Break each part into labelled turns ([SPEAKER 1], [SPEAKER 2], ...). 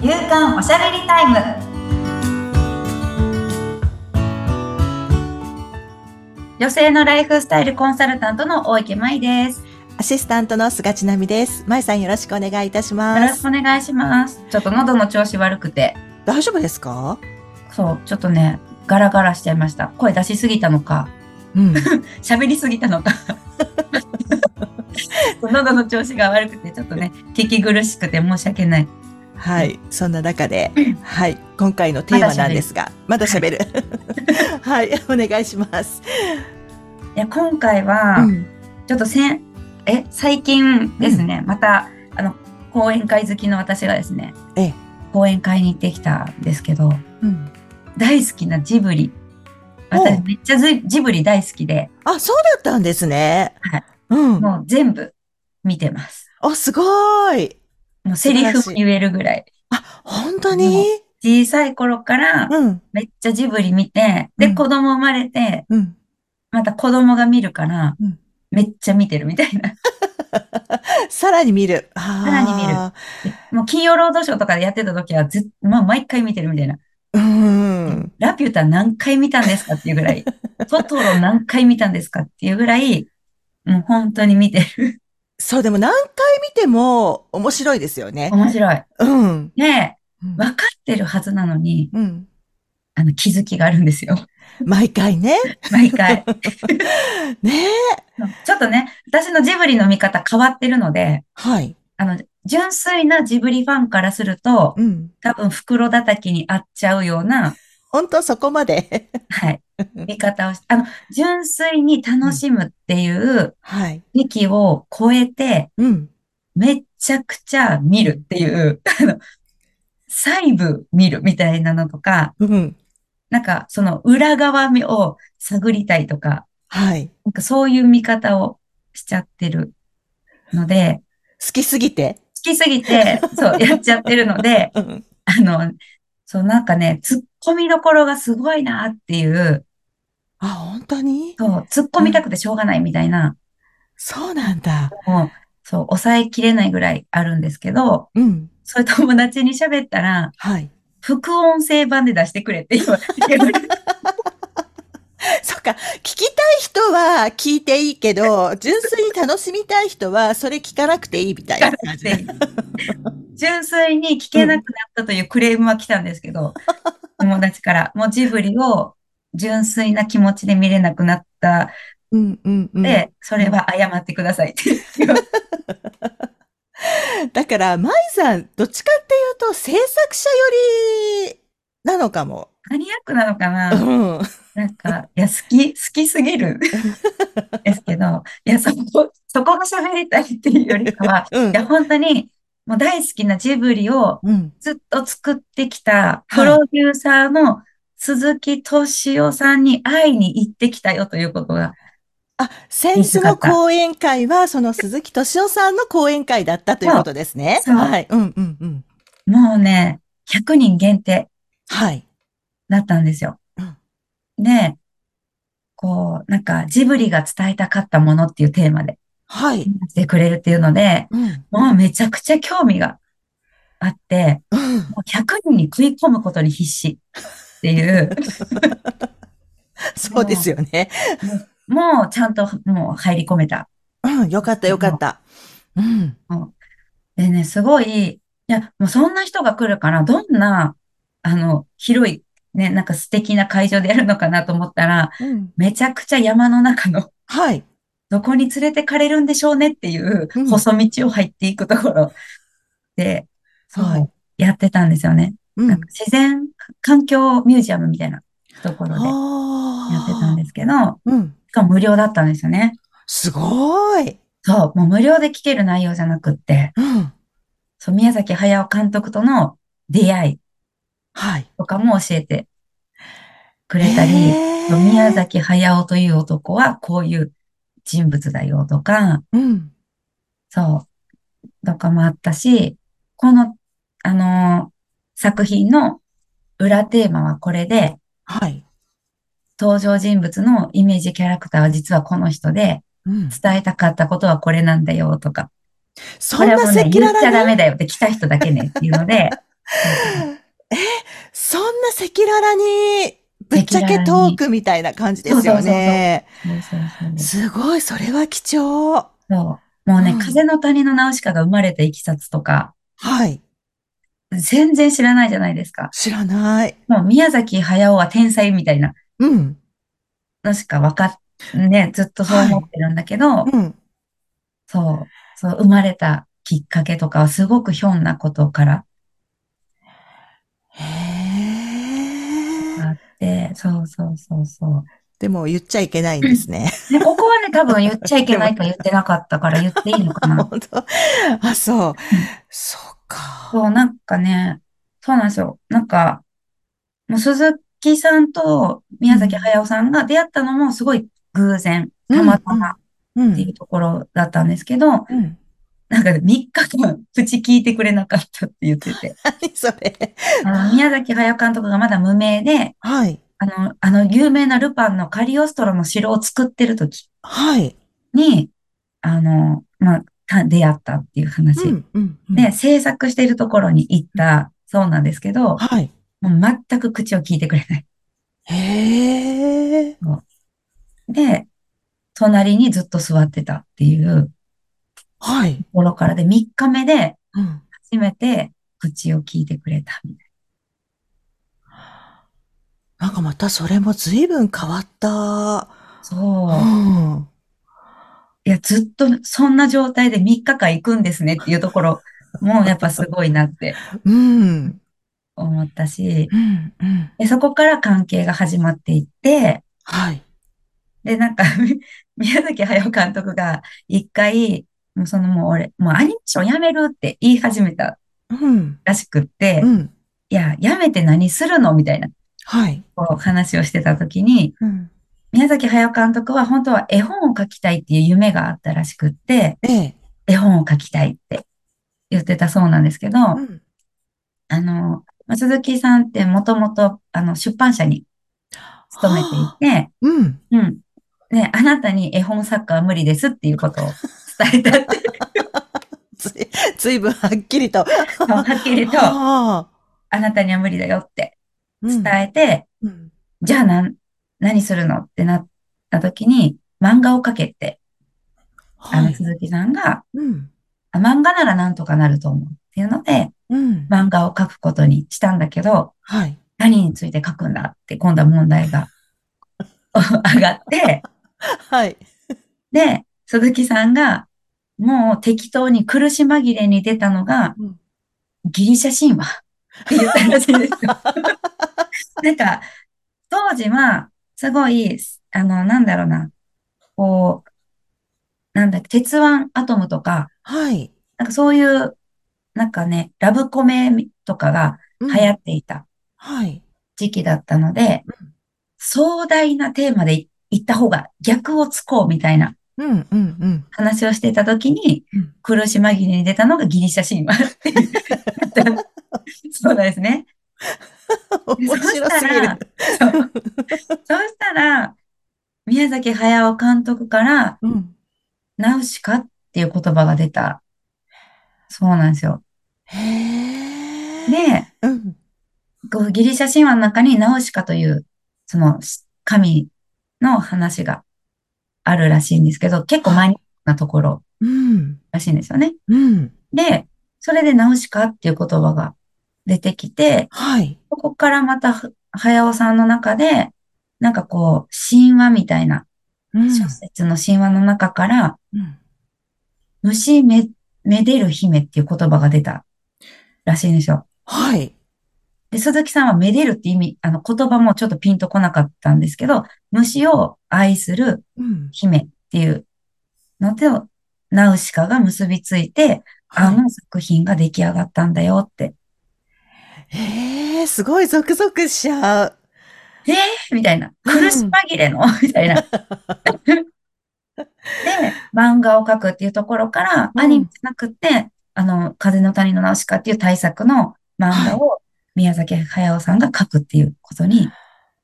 [SPEAKER 1] 夕刊おしゃべりタイム女性のライフスタイルコンサルタントの大池舞です
[SPEAKER 2] アシスタントの菅千奈美です。まいさんよろしくお願いいたし
[SPEAKER 1] よろ
[SPEAKER 2] ま
[SPEAKER 1] し
[SPEAKER 2] す。
[SPEAKER 1] くお願いしますちょっと喉の調子悪くて
[SPEAKER 2] 大丈夫ですか？
[SPEAKER 1] そうちょっとねガラガラしちゃいました声出しすぎたのか
[SPEAKER 2] うん。
[SPEAKER 1] 喋りすぎたのか 喉の調子が悪くてちょっとね聞き苦しくて申し訳ない
[SPEAKER 2] はい。そんな中で、はい。今回のテーマなんですが、まだ喋る。はい、お願いします。
[SPEAKER 1] いや今回は、
[SPEAKER 2] うん。
[SPEAKER 1] ちょっとせん、え、最近ですね、また、あの、講演会好きの私がですね、
[SPEAKER 2] ええ
[SPEAKER 1] 講演会に行ってきたんですけど、
[SPEAKER 2] うん。
[SPEAKER 1] 大好きなジブリ。
[SPEAKER 2] お
[SPEAKER 1] 私
[SPEAKER 2] う
[SPEAKER 1] めっちゃずジブリ大好きで、
[SPEAKER 2] あ、そうだったんですね。
[SPEAKER 1] はい。
[SPEAKER 2] うん。
[SPEAKER 1] もう全部見てます。
[SPEAKER 2] あ、すごい。
[SPEAKER 1] もうセリフも言えるぐらい。
[SPEAKER 2] あ、本当に？
[SPEAKER 1] 小さい頃から
[SPEAKER 2] うん。
[SPEAKER 1] めっちゃジブリ見て、で、
[SPEAKER 2] うん
[SPEAKER 1] 子供生まれて、
[SPEAKER 2] うん。
[SPEAKER 1] また子供が見るから
[SPEAKER 2] うん、
[SPEAKER 1] めっちゃ見てるみたいな。
[SPEAKER 2] さらに見る。さ
[SPEAKER 1] さらに見るもう金曜ロードショーとかでやってた時はずっ、まあ毎回見てるみたいな。
[SPEAKER 2] うん。
[SPEAKER 1] ラピュタ何回見たんですかっていうぐら い、トトロ何回見たんですかっていうぐらい、もう本当に見てる。
[SPEAKER 2] そうでも何回見ても面白いですよね。
[SPEAKER 1] 面白い。
[SPEAKER 2] うん。
[SPEAKER 1] で、
[SPEAKER 2] う
[SPEAKER 1] 分
[SPEAKER 2] ん
[SPEAKER 1] かってるはずなのに、
[SPEAKER 2] うん。
[SPEAKER 1] あの、気づきがあるんですよ。
[SPEAKER 2] 毎回ね。
[SPEAKER 1] 毎回。
[SPEAKER 2] ねえ。
[SPEAKER 1] ちょっとね、私のジブリの見方変わってるので、
[SPEAKER 2] はい。
[SPEAKER 1] あの、純粋なジブリファンからすると、
[SPEAKER 2] うん。
[SPEAKER 1] 多分袋叩きに合っちゃうような、
[SPEAKER 2] 本当そこまで。
[SPEAKER 1] はい、見方をし、あの、純粋に楽しむっていう
[SPEAKER 2] はい。
[SPEAKER 1] 域を超えて、
[SPEAKER 2] うん。
[SPEAKER 1] めちゃくちゃ見るっていう、あの、細部見るみたいなのとか、
[SPEAKER 2] うん。
[SPEAKER 1] なんかその裏側を探りたいとか、
[SPEAKER 2] はい。
[SPEAKER 1] なんかそういう見方をしちゃってるので、
[SPEAKER 2] 好きすぎて。
[SPEAKER 1] 好きすぎて、そう、やっちゃってるので、
[SPEAKER 2] うん。
[SPEAKER 1] あの、そうなんかね、突っ込みどころがすごいなっていう、
[SPEAKER 2] あ、本当に
[SPEAKER 1] そう、突っ込みたくてしょうがないみたいな、
[SPEAKER 2] そうなんだ。
[SPEAKER 1] もう、そう、抑えきれないぐらいあるんですけど、
[SPEAKER 2] うん。
[SPEAKER 1] そういう友達に喋ったら、
[SPEAKER 2] はい。
[SPEAKER 1] 副音声版で出してくれって言われて、
[SPEAKER 2] そっか。聞きたい人は聞いていいけど、純粋に楽しみたい人はそれ聞かなくていいみたいな感じ。
[SPEAKER 1] 純粋に聞けなくなったというクレームは来たんですけ ど、友達から、もうジブリを純粋な気持ちで見れなくなった
[SPEAKER 2] うんうんうん。
[SPEAKER 1] で、それは謝ってくださいって言われて。
[SPEAKER 2] だから、舞さん、どっちかっていうと制作者よりなのかも。
[SPEAKER 1] マニアックなのか
[SPEAKER 2] う。
[SPEAKER 1] なんなんか、いや、好き、好きすぎ るですけど、いや、そこ、そこが喋りたいっていうよりかは、
[SPEAKER 2] うん
[SPEAKER 1] いや、本当に、もう大好きなジブリを
[SPEAKER 2] うん。
[SPEAKER 1] ずっと作ってきたプロデューサーの鈴木敏夫さんに会いに行ってきたよということが、
[SPEAKER 2] あ、先日の講演会は、その鈴木敏夫さんの講演会だったということですね。
[SPEAKER 1] そう
[SPEAKER 2] はい。うんうんうん。
[SPEAKER 1] もうね、100人限定
[SPEAKER 2] はい。
[SPEAKER 1] だったんですよ
[SPEAKER 2] うん。
[SPEAKER 1] で、こう、なんか、ジブリが伝えたかったものっていうテーマで
[SPEAKER 2] はい。
[SPEAKER 1] 来てくれるっていうので、
[SPEAKER 2] うん。
[SPEAKER 1] もうめちゃくちゃ興味があって、もう100人に食い込むことに必死って いう、
[SPEAKER 2] そうですよね。
[SPEAKER 1] もうちゃんともう入り込めた。
[SPEAKER 2] うん。よかったよかった。うん。
[SPEAKER 1] でね、すごい、いや、もうそんな人が来るから、どんな、あの、広い、ね、なんか素敵な会場でやるのかなと思ったら、
[SPEAKER 2] うん。
[SPEAKER 1] めちゃくちゃ山の中の、
[SPEAKER 2] はい。
[SPEAKER 1] どこに連れてかれるんでしょうねっていう
[SPEAKER 2] うん、
[SPEAKER 1] 細道を入っていくところで、そう、
[SPEAKER 2] はい
[SPEAKER 1] やってたんですよね。
[SPEAKER 2] う
[SPEAKER 1] なん
[SPEAKER 2] ん
[SPEAKER 1] か。自然環境ミュージアムみたいなところでやってたん
[SPEAKER 2] あ
[SPEAKER 1] ですけど、
[SPEAKER 2] あ。うん。
[SPEAKER 1] しかも無料だったんですよね。
[SPEAKER 2] すごい。
[SPEAKER 1] そう、もう無料で聞ける内容じゃなくって、
[SPEAKER 2] うん。
[SPEAKER 1] そう、宮崎駿監督との出会い
[SPEAKER 2] はい。
[SPEAKER 1] とかも教えてくれたり、
[SPEAKER 2] えー
[SPEAKER 1] 宮。崎駿という男はこういう人物だよとか、
[SPEAKER 2] うん。
[SPEAKER 1] そう、とかもあったし、この、あのー作品の裏テーマはこれで、
[SPEAKER 2] はい。
[SPEAKER 1] 登場人物のイメージキャラクターは実はこの人で、
[SPEAKER 2] うん。
[SPEAKER 1] 伝えたかったことはこれなんだよとか、
[SPEAKER 2] そんな
[SPEAKER 1] これ
[SPEAKER 2] 赤
[SPEAKER 1] をね、
[SPEAKER 2] 裸
[SPEAKER 1] 言っちゃダ
[SPEAKER 2] 々に。
[SPEAKER 1] メだよって来た人だけねっていうので、
[SPEAKER 2] そんな赤裸々に、ぶっちゃけトークみたいな感じですよね。
[SPEAKER 1] そうそうそうそ
[SPEAKER 2] すごい、それは貴重。
[SPEAKER 1] う。そうもうね、
[SPEAKER 2] うん
[SPEAKER 1] 風の谷のナウシカが生まれたいきさつとか、
[SPEAKER 2] はい。
[SPEAKER 1] 全然知らないじゃないですか。
[SPEAKER 2] 知らない。
[SPEAKER 1] もう宮崎駿は天才みたいな
[SPEAKER 2] うん。
[SPEAKER 1] のしか分かっ、ね、ずっとそう思ってるんだけど、
[SPEAKER 2] うん。
[SPEAKER 1] そう、そう、生まれたきっかけとかはすごくひょんなことから
[SPEAKER 2] へえ。
[SPEAKER 1] あって、そうそうそうそう。
[SPEAKER 2] でも言っちゃいけないんですね。
[SPEAKER 1] ね、ここはね、多分言っちゃいけないか言ってなかったから言っていいのかな。
[SPEAKER 2] 本当あ、そう。そうか。
[SPEAKER 1] そう、なんかね、そうなんですよ。なんか、もう鈴木さんと宮崎駿さんが出会ったのもすごい偶然、たまたま
[SPEAKER 2] う
[SPEAKER 1] ってい
[SPEAKER 2] ん。
[SPEAKER 1] うところだったんですけど、
[SPEAKER 2] うん。
[SPEAKER 1] なんかね3日間、プチ聞いてくれなかったって言って て。
[SPEAKER 2] 何それ。
[SPEAKER 1] あの宮崎駿監督がまだ無名で、
[SPEAKER 2] はい。
[SPEAKER 1] あの、あの有名なルパンのカリオストロの城を作ってる時
[SPEAKER 2] はい。
[SPEAKER 1] に、あの、まあ、た出会ったっていう話。
[SPEAKER 2] うん。うん。うん
[SPEAKER 1] で、制作しているところに行ったそうなんですけど、
[SPEAKER 2] はい。
[SPEAKER 1] もう全く口を聞いてくれない。
[SPEAKER 2] へえ。
[SPEAKER 1] で、隣にずっと座ってたっていう
[SPEAKER 2] はい
[SPEAKER 1] と。ころからで、3日目で
[SPEAKER 2] うん。
[SPEAKER 1] 初めて口を聞いてくれたみたい
[SPEAKER 2] なんかまたそれも随分変わった。
[SPEAKER 1] な。そう。
[SPEAKER 2] うん。
[SPEAKER 1] いや、ずっとそんな状態で3日間行くんですねっていうところもやっぱすごいなって
[SPEAKER 2] うん。
[SPEAKER 1] 思ったし、
[SPEAKER 2] うん。うん。
[SPEAKER 1] で、そこから関係が始まっていって、
[SPEAKER 2] はい。
[SPEAKER 1] で、なんか、 宮崎駿監督が一回、もうそのもう俺、もうアニメーションやめるって言い始めた
[SPEAKER 2] うん。
[SPEAKER 1] らしくって、
[SPEAKER 2] うん。
[SPEAKER 1] いや、やめて何するのみたいな
[SPEAKER 2] はい。
[SPEAKER 1] こう話をしてた時に、
[SPEAKER 2] うん。
[SPEAKER 1] 宮崎駿監督は本当は絵本を描きたいっていう夢があったらしくって、
[SPEAKER 2] ええ。
[SPEAKER 1] 絵本を描きたいって言ってたそうなんですけど、
[SPEAKER 2] うん。
[SPEAKER 1] あの、まあ鈴木さんってもともとあの出版社に勤めていて、
[SPEAKER 2] うん。
[SPEAKER 1] うん。ね、あなたに絵本作家は無理ですっていうことを伝えたって、
[SPEAKER 2] ずい、ずいぶんはっきりと。
[SPEAKER 1] はっきりと、あ
[SPEAKER 2] ああ。
[SPEAKER 1] なたには無理だよって伝
[SPEAKER 2] え。
[SPEAKER 1] えて、
[SPEAKER 2] うん。
[SPEAKER 1] じゃあなん、何するのってなった時に、漫画を描けって、あ
[SPEAKER 2] は
[SPEAKER 1] の、
[SPEAKER 2] い。
[SPEAKER 1] 鈴木さんが、
[SPEAKER 2] うん。
[SPEAKER 1] あ漫画ならなんとかなると思うっていうので、
[SPEAKER 2] うん。
[SPEAKER 1] 漫画を描くことにしたんだけど、
[SPEAKER 2] はい。
[SPEAKER 1] 何について描くんだって今度は問題が 上がって、
[SPEAKER 2] はい。
[SPEAKER 1] で、鈴木さんが、もう適当に苦し紛れに出たのが
[SPEAKER 2] うん、
[SPEAKER 1] ギリシャ神話 って言ったらしいんですよ。 なんか、当時は、すごい、あの、なんだろうな、こう、なんだっけ、鉄腕アトムとか、
[SPEAKER 2] はい。
[SPEAKER 1] なんかそういう、なんかね、ラブコメとかが
[SPEAKER 2] 流
[SPEAKER 1] 流行っていた
[SPEAKER 2] はい。
[SPEAKER 1] 時期だったので、
[SPEAKER 2] うん
[SPEAKER 1] 壮大なテーマでい行った方が逆をつこうみたいな
[SPEAKER 2] うん。うん。うん。
[SPEAKER 1] 話をしていたときに
[SPEAKER 2] うん、
[SPEAKER 1] 苦し紛れに出たのがギリシャ神話っていう そうなんですね。
[SPEAKER 2] 面白すぎる。
[SPEAKER 1] そうそうしたら、宮崎駿監督から、
[SPEAKER 2] うん。
[SPEAKER 1] ナウシカっていう言葉が出た。そうなんですよ。
[SPEAKER 2] へえ。
[SPEAKER 1] で、
[SPEAKER 2] うん。
[SPEAKER 1] こうギリシャ神話の中にナウシカという、その神の話があるらしいんですけど、結構マニアックなところ
[SPEAKER 2] うん。
[SPEAKER 1] らしいんですよね。
[SPEAKER 2] うん。
[SPEAKER 1] で、それでナウシカっていう言葉が出てきて、
[SPEAKER 2] はい。
[SPEAKER 1] ここからまた、は駿さんの中で、なんかこう、神話みたいな、
[SPEAKER 2] うん
[SPEAKER 1] 小説の神話の中から、
[SPEAKER 2] うん
[SPEAKER 1] 虫め、めでる姫っていう言葉が出たらしいんですよ。
[SPEAKER 2] はい。
[SPEAKER 1] で、鈴木さんはめでるって意味、あの言葉もちょっとピンとこなかったんですけど、虫を愛する
[SPEAKER 2] うん。
[SPEAKER 1] 姫っていうのと、ナウシカが結びついて、あの作品が出来上がったんだよって、
[SPEAKER 2] へえ、すごいゾクゾクしちゃう。
[SPEAKER 1] えー、みたいな。苦し紛れの、み たいな。で、漫画を描くっていうところから、
[SPEAKER 2] うん
[SPEAKER 1] アニメじゃなくて、あの、風の谷のナウシカっていう大作の漫画を宮崎駿さんが描くっていうことに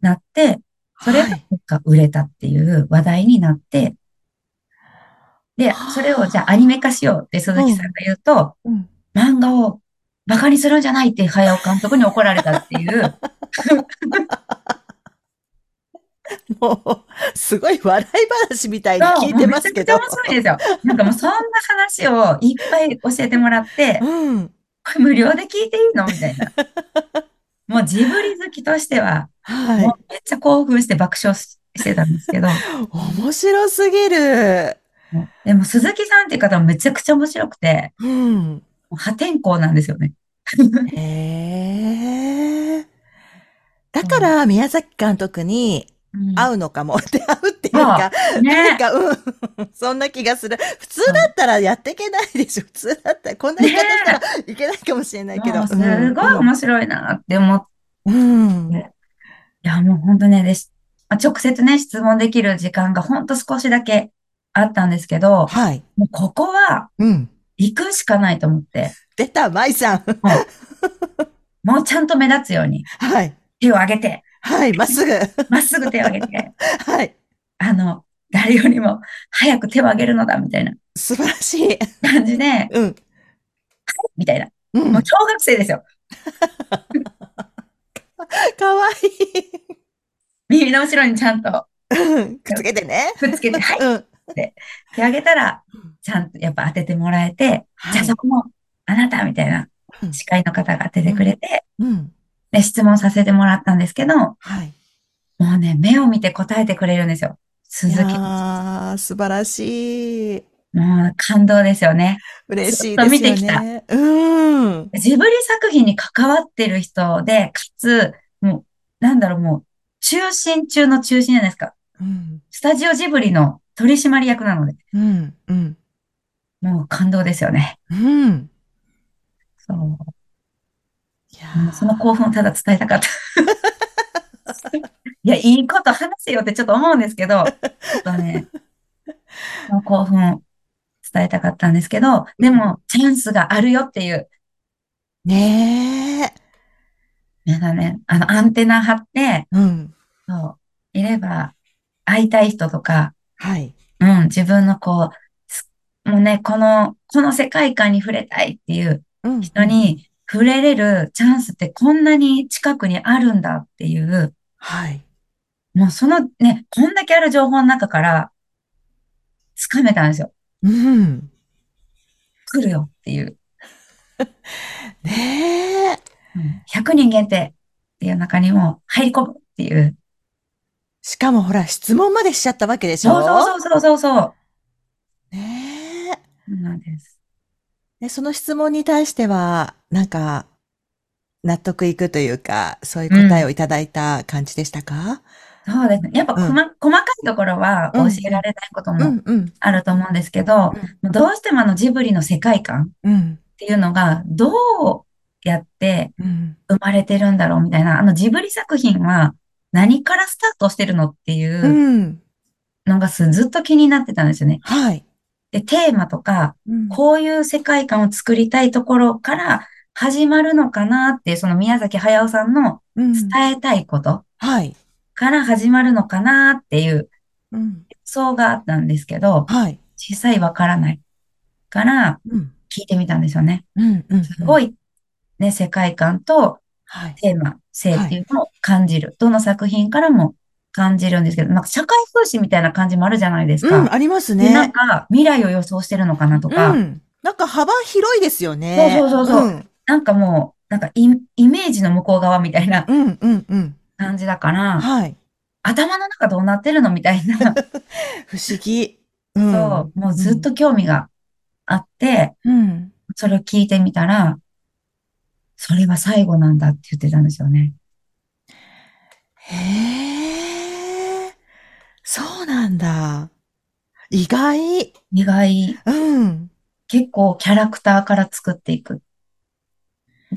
[SPEAKER 1] なって、それが
[SPEAKER 2] はい
[SPEAKER 1] なんか売れたっていう話題になって、で
[SPEAKER 2] は、あ
[SPEAKER 1] それをじゃあアニメ化しようって鈴木さんが言うと、
[SPEAKER 2] うん
[SPEAKER 1] 漫画を馬鹿にするんじゃないって早尾監督に怒られたっていう、
[SPEAKER 2] もう、すごい笑い話みたいに
[SPEAKER 1] そう
[SPEAKER 2] 聞いてますけど。
[SPEAKER 1] もうめちゃくちゃ面白いですよ。なんかもうそんな話をいっぱい教えてもらって、
[SPEAKER 2] うん。
[SPEAKER 1] これ無料で聞いていいのみたい な。もうジブリ好きとしては、
[SPEAKER 2] はい。
[SPEAKER 1] もうめっちゃ興奮して爆笑ししてたんですけど、
[SPEAKER 2] 面白すぎる。
[SPEAKER 1] でも鈴木さんっていう方もめちゃくちゃ面白くて、
[SPEAKER 2] うん。
[SPEAKER 1] もう破天荒なんですよね。
[SPEAKER 2] へえ。だから、宮崎監督に
[SPEAKER 1] うん
[SPEAKER 2] 会うのかも。 で、会うっていうか、なん
[SPEAKER 1] ね。
[SPEAKER 2] か、うん。 そんな気がする。普通だったらやっていけないでしょ。普通だったら、こんな言い方したらいけないかもしれないけ
[SPEAKER 1] も
[SPEAKER 2] ど。
[SPEAKER 1] うすごい面白いなって思って、
[SPEAKER 2] うん。うん。
[SPEAKER 1] いや、もう本当ね、でし、まあ直接ね、質問できる時間がほんと少しだけあったんですけど、
[SPEAKER 2] はい。
[SPEAKER 1] もうここは
[SPEAKER 2] うん。
[SPEAKER 1] 行くしかないと思って、
[SPEAKER 2] 出た、舞さん。
[SPEAKER 1] もうちゃんと目立つように、
[SPEAKER 2] はい。
[SPEAKER 1] 手を挙げて、
[SPEAKER 2] はい。まっすぐ。
[SPEAKER 1] まっすぐ手を挙げて、
[SPEAKER 2] はい。
[SPEAKER 1] あの、誰よりも早く手を挙げるのだ、みたいな
[SPEAKER 2] 素晴らしい。
[SPEAKER 1] 感じで、
[SPEAKER 2] うん。
[SPEAKER 1] みたいな。
[SPEAKER 2] うん
[SPEAKER 1] もう。小学生ですよ。
[SPEAKER 2] かわいい。
[SPEAKER 1] 耳の後ろにちゃんと
[SPEAKER 2] うんくっつけてね。
[SPEAKER 1] くっつけて、はい、
[SPEAKER 2] うん。
[SPEAKER 1] 手を挙げたら、ちゃんとやっぱ当ててもらえて、じゃあそこも、あなたみたいな
[SPEAKER 2] うん
[SPEAKER 1] 司会の方が当ててくれて、
[SPEAKER 2] うん。
[SPEAKER 1] で、質問させてもらったんですけど、も
[SPEAKER 2] はい。
[SPEAKER 1] うね、目を見て答えてくれるんですよ。鈴木。も
[SPEAKER 2] ああ、素晴らしい。
[SPEAKER 1] う感動ですよね。
[SPEAKER 2] 嬉しいですよね。
[SPEAKER 1] ずっと見てきた
[SPEAKER 2] うん。
[SPEAKER 1] ジブリ作品に関わってる人で、かつ、もう、なんだろう、もう、中心中の中心じゃないですか。
[SPEAKER 2] うん。
[SPEAKER 1] スタジオジブリの取締役なので、
[SPEAKER 2] うん。うん。
[SPEAKER 1] もう感動ですよね。
[SPEAKER 2] うん。
[SPEAKER 1] そう。も
[SPEAKER 2] いや
[SPEAKER 1] うその興奮をただ伝えたかった。いや、いいこと話せよってちょっと思うんですけど、ちょっとね、その興奮を伝えたかったんですけど、でも、チャンスがあるよっていう、
[SPEAKER 2] ーねえ。
[SPEAKER 1] 皆さんね、あの、アンテナ張って、
[SPEAKER 2] うん。
[SPEAKER 1] そう、いれば、会いたい人とか、
[SPEAKER 2] はい。
[SPEAKER 1] うん、自分のこうす、もうね、この、この世界観に触れたいっていう
[SPEAKER 2] うん。
[SPEAKER 1] 人に触れれるチャンスってこんなに近くにあるんだっていう、
[SPEAKER 2] はい。
[SPEAKER 1] もうそのね、こんだけある情報の中から、掴めたんですよ。
[SPEAKER 2] うん。
[SPEAKER 1] 来るよっていう。
[SPEAKER 2] ねえ。
[SPEAKER 1] うん100人限定っていう中にも入り込むっていう。
[SPEAKER 2] しかもほら、質問までしちゃったわけでしょ
[SPEAKER 1] そうそうそうそうそう。そ
[SPEAKER 2] ねえ。
[SPEAKER 1] うなんです。
[SPEAKER 2] で、その質問に対しては、なんか、納得いくというか、そういう答えをいただいた感じでしたか、
[SPEAKER 1] そうですね。やっぱ
[SPEAKER 2] う
[SPEAKER 1] 細、
[SPEAKER 2] ん
[SPEAKER 1] 細かいところは教えられないこと
[SPEAKER 2] う
[SPEAKER 1] も
[SPEAKER 2] ん、うん、
[SPEAKER 1] あると思うんですけど、もうどうしてもあのジブリの世界観
[SPEAKER 2] うん、
[SPEAKER 1] っていうのがどうやって
[SPEAKER 2] うん。。
[SPEAKER 1] 生まれてるんだろうみたいな、あのジブリ作品は何からスタートしてるのっていううんのがすずっと気になってたんですよね。
[SPEAKER 2] はい。
[SPEAKER 1] で、テーマとか、
[SPEAKER 2] うん
[SPEAKER 1] こういう世界観を作りたいところから始まるのかなっていう、その宮崎駿さんの
[SPEAKER 2] うん
[SPEAKER 1] 伝えたいこと
[SPEAKER 2] はい。
[SPEAKER 1] から始まるのかなっていう
[SPEAKER 2] うん。
[SPEAKER 1] 予想があったんですけど、
[SPEAKER 2] はい。
[SPEAKER 1] 実際わからないから
[SPEAKER 2] うん。
[SPEAKER 1] 聞いてみたんですよね。
[SPEAKER 2] うん。うん。
[SPEAKER 1] すご
[SPEAKER 2] い。
[SPEAKER 1] いね、世界観と、
[SPEAKER 2] はい。
[SPEAKER 1] テーマ性っていうのを感じる。どの作品からも感じるんですけど、なんか社会風刺みたいな感じもあるじゃないです
[SPEAKER 2] う
[SPEAKER 1] か。
[SPEAKER 2] ん、あります
[SPEAKER 1] でなん
[SPEAKER 2] ね。
[SPEAKER 1] か未来を予想してるのかなとか、
[SPEAKER 2] うん。なんか幅広いですよね。
[SPEAKER 1] そうそうそうそ
[SPEAKER 2] うん。
[SPEAKER 1] なんかもう、なんかイイメージの向こう側みたいな
[SPEAKER 2] うん、うん、うん。
[SPEAKER 1] 感じだ から、
[SPEAKER 2] はい。
[SPEAKER 1] 頭の中どうなってるのみたいな、
[SPEAKER 2] 不思議。うん。
[SPEAKER 1] そうもうずっと興味があって、
[SPEAKER 2] うん。
[SPEAKER 1] それを聞いてみたら、それは最後なんだって言ってたんですよね。
[SPEAKER 2] へえ。そうなんだ。意外。
[SPEAKER 1] 意外、
[SPEAKER 2] うん。
[SPEAKER 1] 結構キャラクターから作っていく。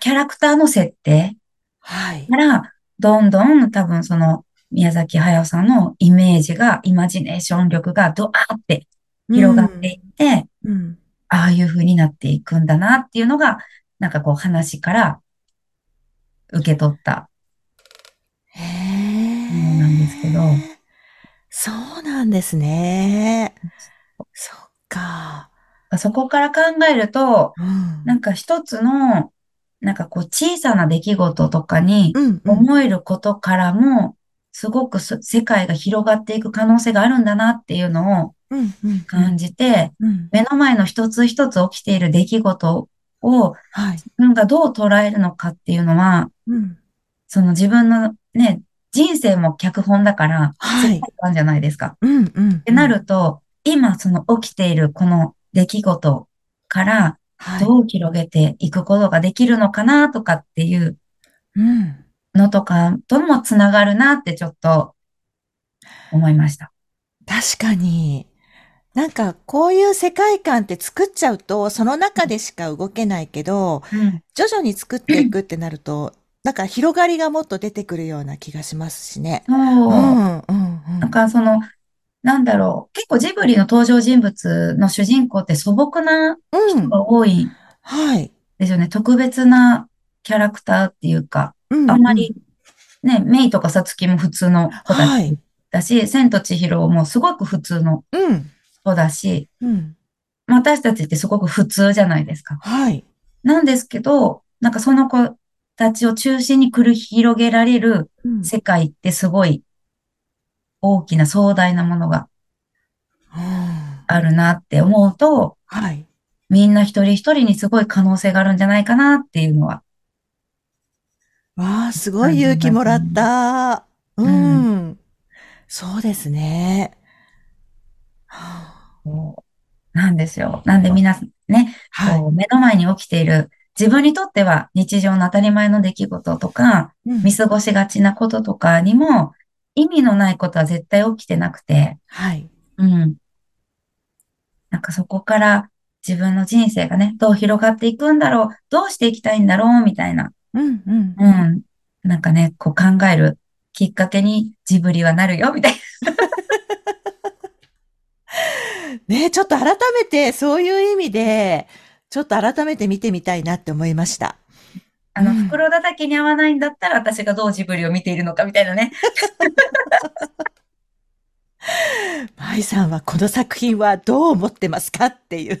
[SPEAKER 1] キャラクターの設定
[SPEAKER 2] はい。
[SPEAKER 1] から、どんどん多分その宮崎駿さんのイメージが、イマジネーション力がドアーって広がっていって、
[SPEAKER 2] うん。
[SPEAKER 1] ああいう風になっていくんだなっていうのが、なんかこう話から受け取った。
[SPEAKER 2] へ
[SPEAKER 1] も
[SPEAKER 2] え。
[SPEAKER 1] うなんですけど。
[SPEAKER 2] そうなんですね。そっか。
[SPEAKER 1] そこから考えると、
[SPEAKER 2] うん。
[SPEAKER 1] なんか一つのなんかこう小さな出来事とかに
[SPEAKER 2] うん、うん。
[SPEAKER 1] 思えることからも、すごくそ世界が広がっていく可能性があるんだなっていうのを
[SPEAKER 2] うん、うん。
[SPEAKER 1] 感じて、
[SPEAKER 2] うん。
[SPEAKER 1] 目の前の一つ一つ起きている出来事を
[SPEAKER 2] はい。
[SPEAKER 1] 自分がどう捉えるのかっていうのは、
[SPEAKER 2] うん。
[SPEAKER 1] その自分のね、人生も脚本だから、
[SPEAKER 2] はい。
[SPEAKER 1] なんじゃないですか。
[SPEAKER 2] うん、うん。っ
[SPEAKER 1] ってな。ると、今その起きているこの出来事から
[SPEAKER 2] はい。
[SPEAKER 1] どう広げていくことができるのかなとかっていう
[SPEAKER 2] うん。
[SPEAKER 1] のとかともつながるなってちょっと思いました。
[SPEAKER 2] 確かに。なんか、こういう世界観って作っちゃうと、その中でしか動けないけど、
[SPEAKER 1] うん。
[SPEAKER 2] 徐々に作っていくってなると、なんか広がりがもっと出てくるような気がしますしね。
[SPEAKER 1] そうう。
[SPEAKER 2] ん、うん、うん。
[SPEAKER 1] なんかその、なんだろう。結構ジブリの登場人物の主人公って素朴な
[SPEAKER 2] うん
[SPEAKER 1] 人。が多いん
[SPEAKER 2] はい。
[SPEAKER 1] ですよね。特別なキャラクターっていうか、
[SPEAKER 2] うん
[SPEAKER 1] あんまり、ね、メイとかサツキも普通の子た
[SPEAKER 2] はい
[SPEAKER 1] ちだし、千と千尋もすごく普通の
[SPEAKER 2] うん。
[SPEAKER 1] 子だし、
[SPEAKER 2] うん。
[SPEAKER 1] まあ私たちってすごく普通じゃないですか。
[SPEAKER 2] はい。
[SPEAKER 1] なんですけど、なんかその子たちを中心に繰り広げられる
[SPEAKER 2] うん
[SPEAKER 1] 世界ってすごい大きな壮大なものが
[SPEAKER 2] は
[SPEAKER 1] あるなって思うと、
[SPEAKER 2] い。
[SPEAKER 1] みんな一人一人にすごい可能性があるんじゃないかなっていうのは。
[SPEAKER 2] わあ、すごい勇気もらった。うん。そうですね。は
[SPEAKER 1] こうなんですよ。なんで皆さんね、
[SPEAKER 2] い。
[SPEAKER 1] こう目の前に起きている自分にとっては日常の当たり前の出来事とか、
[SPEAKER 2] うん
[SPEAKER 1] 見過ごしがちなこととかにも意味のないことは絶対起きてなくて、
[SPEAKER 2] はい。
[SPEAKER 1] うん。なんかそこから自分の人生がね、どう広がっていくんだろう、どうしていきたいんだろう、みたいな、
[SPEAKER 2] うん、うん。
[SPEAKER 1] うん。なんかね、こう考えるきっかけにジブリはなるよ、みたい
[SPEAKER 2] ねえちょっと改めて、そういう意味で、ちょっと改めて見てみたいなって思いました。
[SPEAKER 1] な。あの、
[SPEAKER 2] うん
[SPEAKER 1] 袋叩きに合わないんだったら私がどうジブリを見ているのか、みたいな ね。
[SPEAKER 2] 舞さんはこの作品はどう思ってますかっていう。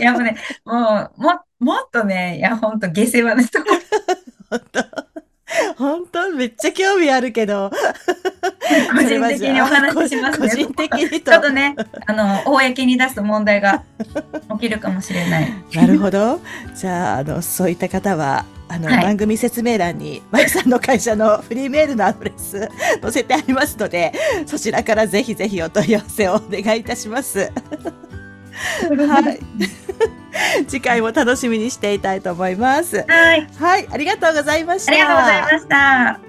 [SPEAKER 1] いや、もうね、もう、も、もっとね、いや、ほんと下世話 なところ。
[SPEAKER 2] 本当本当めっちゃ興味あるけど。
[SPEAKER 1] 個人的にお話ししますね。
[SPEAKER 2] 個人的にと
[SPEAKER 1] ちょっとね、あの、公に出すと問題が起きるかもしれない。
[SPEAKER 2] なるほど。じゃあ、あの、そういった方は、あの、
[SPEAKER 1] はい
[SPEAKER 2] 番組説明欄に、まゆさんの会社のフリーメールのアドレス載せてありますので、そちらからぜひぜひお問い合わせをお願いいたします。 はい。 次回も楽しみにしていたいと思います。
[SPEAKER 1] はい。
[SPEAKER 2] はい、ありがとうございました。
[SPEAKER 1] ありがとうございました。